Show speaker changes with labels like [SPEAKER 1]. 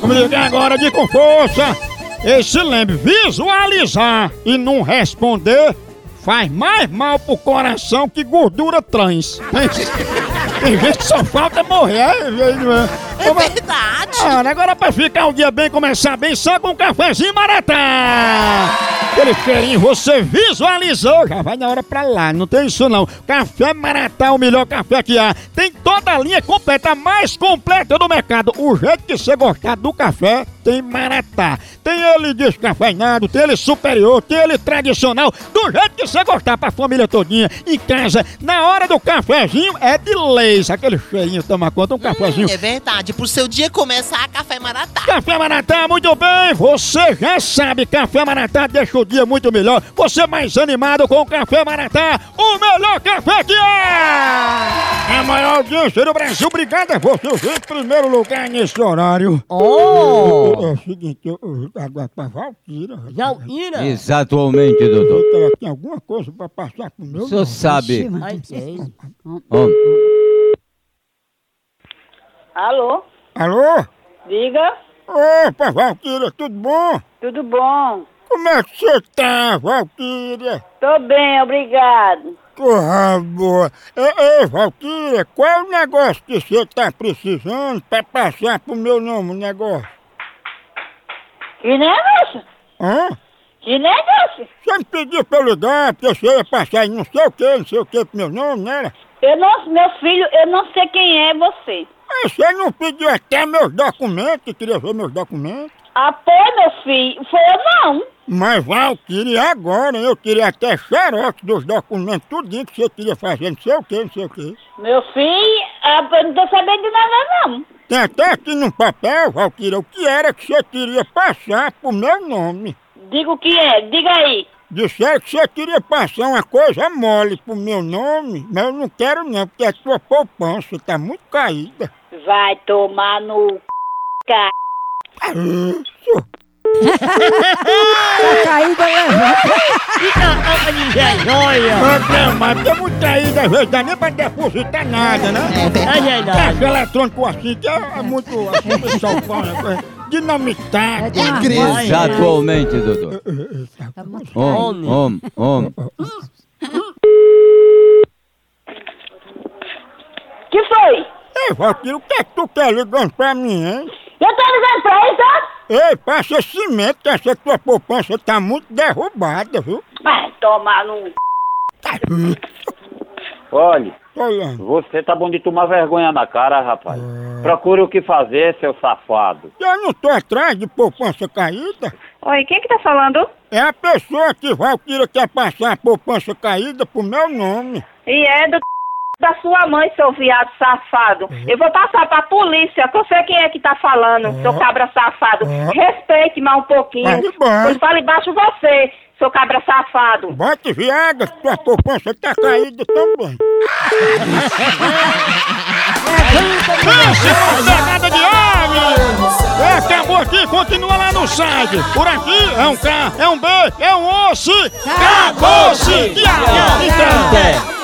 [SPEAKER 1] comigo agora de com força. E se lembre, visualizar e não responder faz mais mal pro coração que gordura trans. Tem gente que só falta morrer. é, não é?
[SPEAKER 2] É verdade.
[SPEAKER 1] Ora, agora pra ficar um dia bem, começar bem, só com um cafezinho maratá! Aquele cheirinho você visualizou, já vai na hora pra lá, não tem isso não. Café Maratá é o melhor café que há. Tem toda a linha completa, a mais completa do mercado. O jeito que você gostar do café, tem Maratá. Tem ele descafeinado, tem ele superior, tem ele tradicional. Do jeito que você gostar pra família todinha, em casa, na hora do cafezinho, é de leis. Aquele cheirinho toma conta, um cafezinho
[SPEAKER 2] É verdade. Pro seu dia começar, café maratá.
[SPEAKER 1] Café Maratá, muito bem! Você já sabe, Café Maratá deixa o dia muito melhor. Você mais animado com o Café Maratá, o melhor café que é! A maior audiência do Brasil, obrigada a você vir em primeiro lugar nesse horário.
[SPEAKER 3] Oh!
[SPEAKER 1] É o seguinte, eu eu- agora pra Valquíria.
[SPEAKER 3] Valquíria?
[SPEAKER 4] Exatamente, doutor.
[SPEAKER 1] Doutor, ela tem alguma coisa pra passar comigo?
[SPEAKER 4] O senhor sabe. é.
[SPEAKER 3] Ai, sei.
[SPEAKER 4] Ó,
[SPEAKER 5] Alô?
[SPEAKER 1] Alô?
[SPEAKER 5] Diga,
[SPEAKER 1] Opa, Valquíria, tudo bom?
[SPEAKER 5] tudo bom?
[SPEAKER 1] Como é que você tá, Valquíria?
[SPEAKER 5] Tô bem, obrigado.
[SPEAKER 1] Porra, boa. Ei, ei, Valquíria, qual é o negócio que você tá precisando pra passar pro meu nome o negócio?
[SPEAKER 5] Que negócio?
[SPEAKER 1] Hã?
[SPEAKER 5] Que é negócio?
[SPEAKER 1] Você me pediu pra eu ligar, porque você ia passar em não sei o que, não sei o que pro meu nome, né? era?
[SPEAKER 5] Eu não, meu filho, eu não sei quem é você.
[SPEAKER 1] Mas você não pediu até meus documentos, queria ver meus documentos.
[SPEAKER 5] Ah, pô, meu filho, foi eu não.
[SPEAKER 1] Mas Valquíria, agora eu queria até xerox dos documentos, tudinho que você queria fazer, não sei o que, não sei o que.
[SPEAKER 5] Meu filho, ah, eu não tô sabendo de nada não.
[SPEAKER 1] Tem até aqui no papel, Valquíria, o que era que você queria passar pro meu nome.
[SPEAKER 5] Diga o que é, diga aí.
[SPEAKER 1] Disseram que você queria passar uma coisa mole pro meu nome, mas eu não quero não, porque a sua poupança tá muito caída.
[SPEAKER 5] Vai tomar no c... cara.
[SPEAKER 1] Ah, Isso!
[SPEAKER 3] Tá caída, né?
[SPEAKER 1] Mas tá muito caída, às vezes dá nem pra depositar nada, né?
[SPEAKER 2] É verdade.
[SPEAKER 3] Ai, ai, ai.
[SPEAKER 1] Caixa eletrônico assim, que é, é muito... Assim, o pessoal fala, é coisa dinamitar.
[SPEAKER 3] É
[SPEAKER 4] Exatamente, doutor. Om, om, om.
[SPEAKER 5] Que foi?
[SPEAKER 1] Ei, Valquírio, o que é que tu quer ligando pra mim, hein?
[SPEAKER 5] Eu tô avisando pra ele, tá?
[SPEAKER 1] Ei, passa cimento, que essa tua poupança tá muito derrubada, viu? Tá.
[SPEAKER 5] Vai tomar no c...
[SPEAKER 6] Olha,
[SPEAKER 1] Tô olhando.
[SPEAKER 6] você tá bom de tomar vergonha na cara, rapaz. Procure o que fazer, seu safado.
[SPEAKER 1] Eu não tô atrás de poupança caída.
[SPEAKER 5] Oi, quem que tá falando?
[SPEAKER 1] É a pessoa que Valquíria quer passar a poupança caída pro meu nome.
[SPEAKER 5] E é do c... da sua mãe, seu viado safado. Eu vou passar pra polícia, que eu sei quem é que tá falando, seu cabra safado.
[SPEAKER 1] É.
[SPEAKER 5] Respeite mais um pouquinho.
[SPEAKER 1] Fale baixo.
[SPEAKER 5] Eu falo embaixo você, seu cabra safado.
[SPEAKER 1] Bote viaga, que tua poupança tá caída também. Pegada de homem! É, Acabou aqui, continua lá no site. Por aqui é um K, é um B, é um osso. Acabou-se! Acabou-se!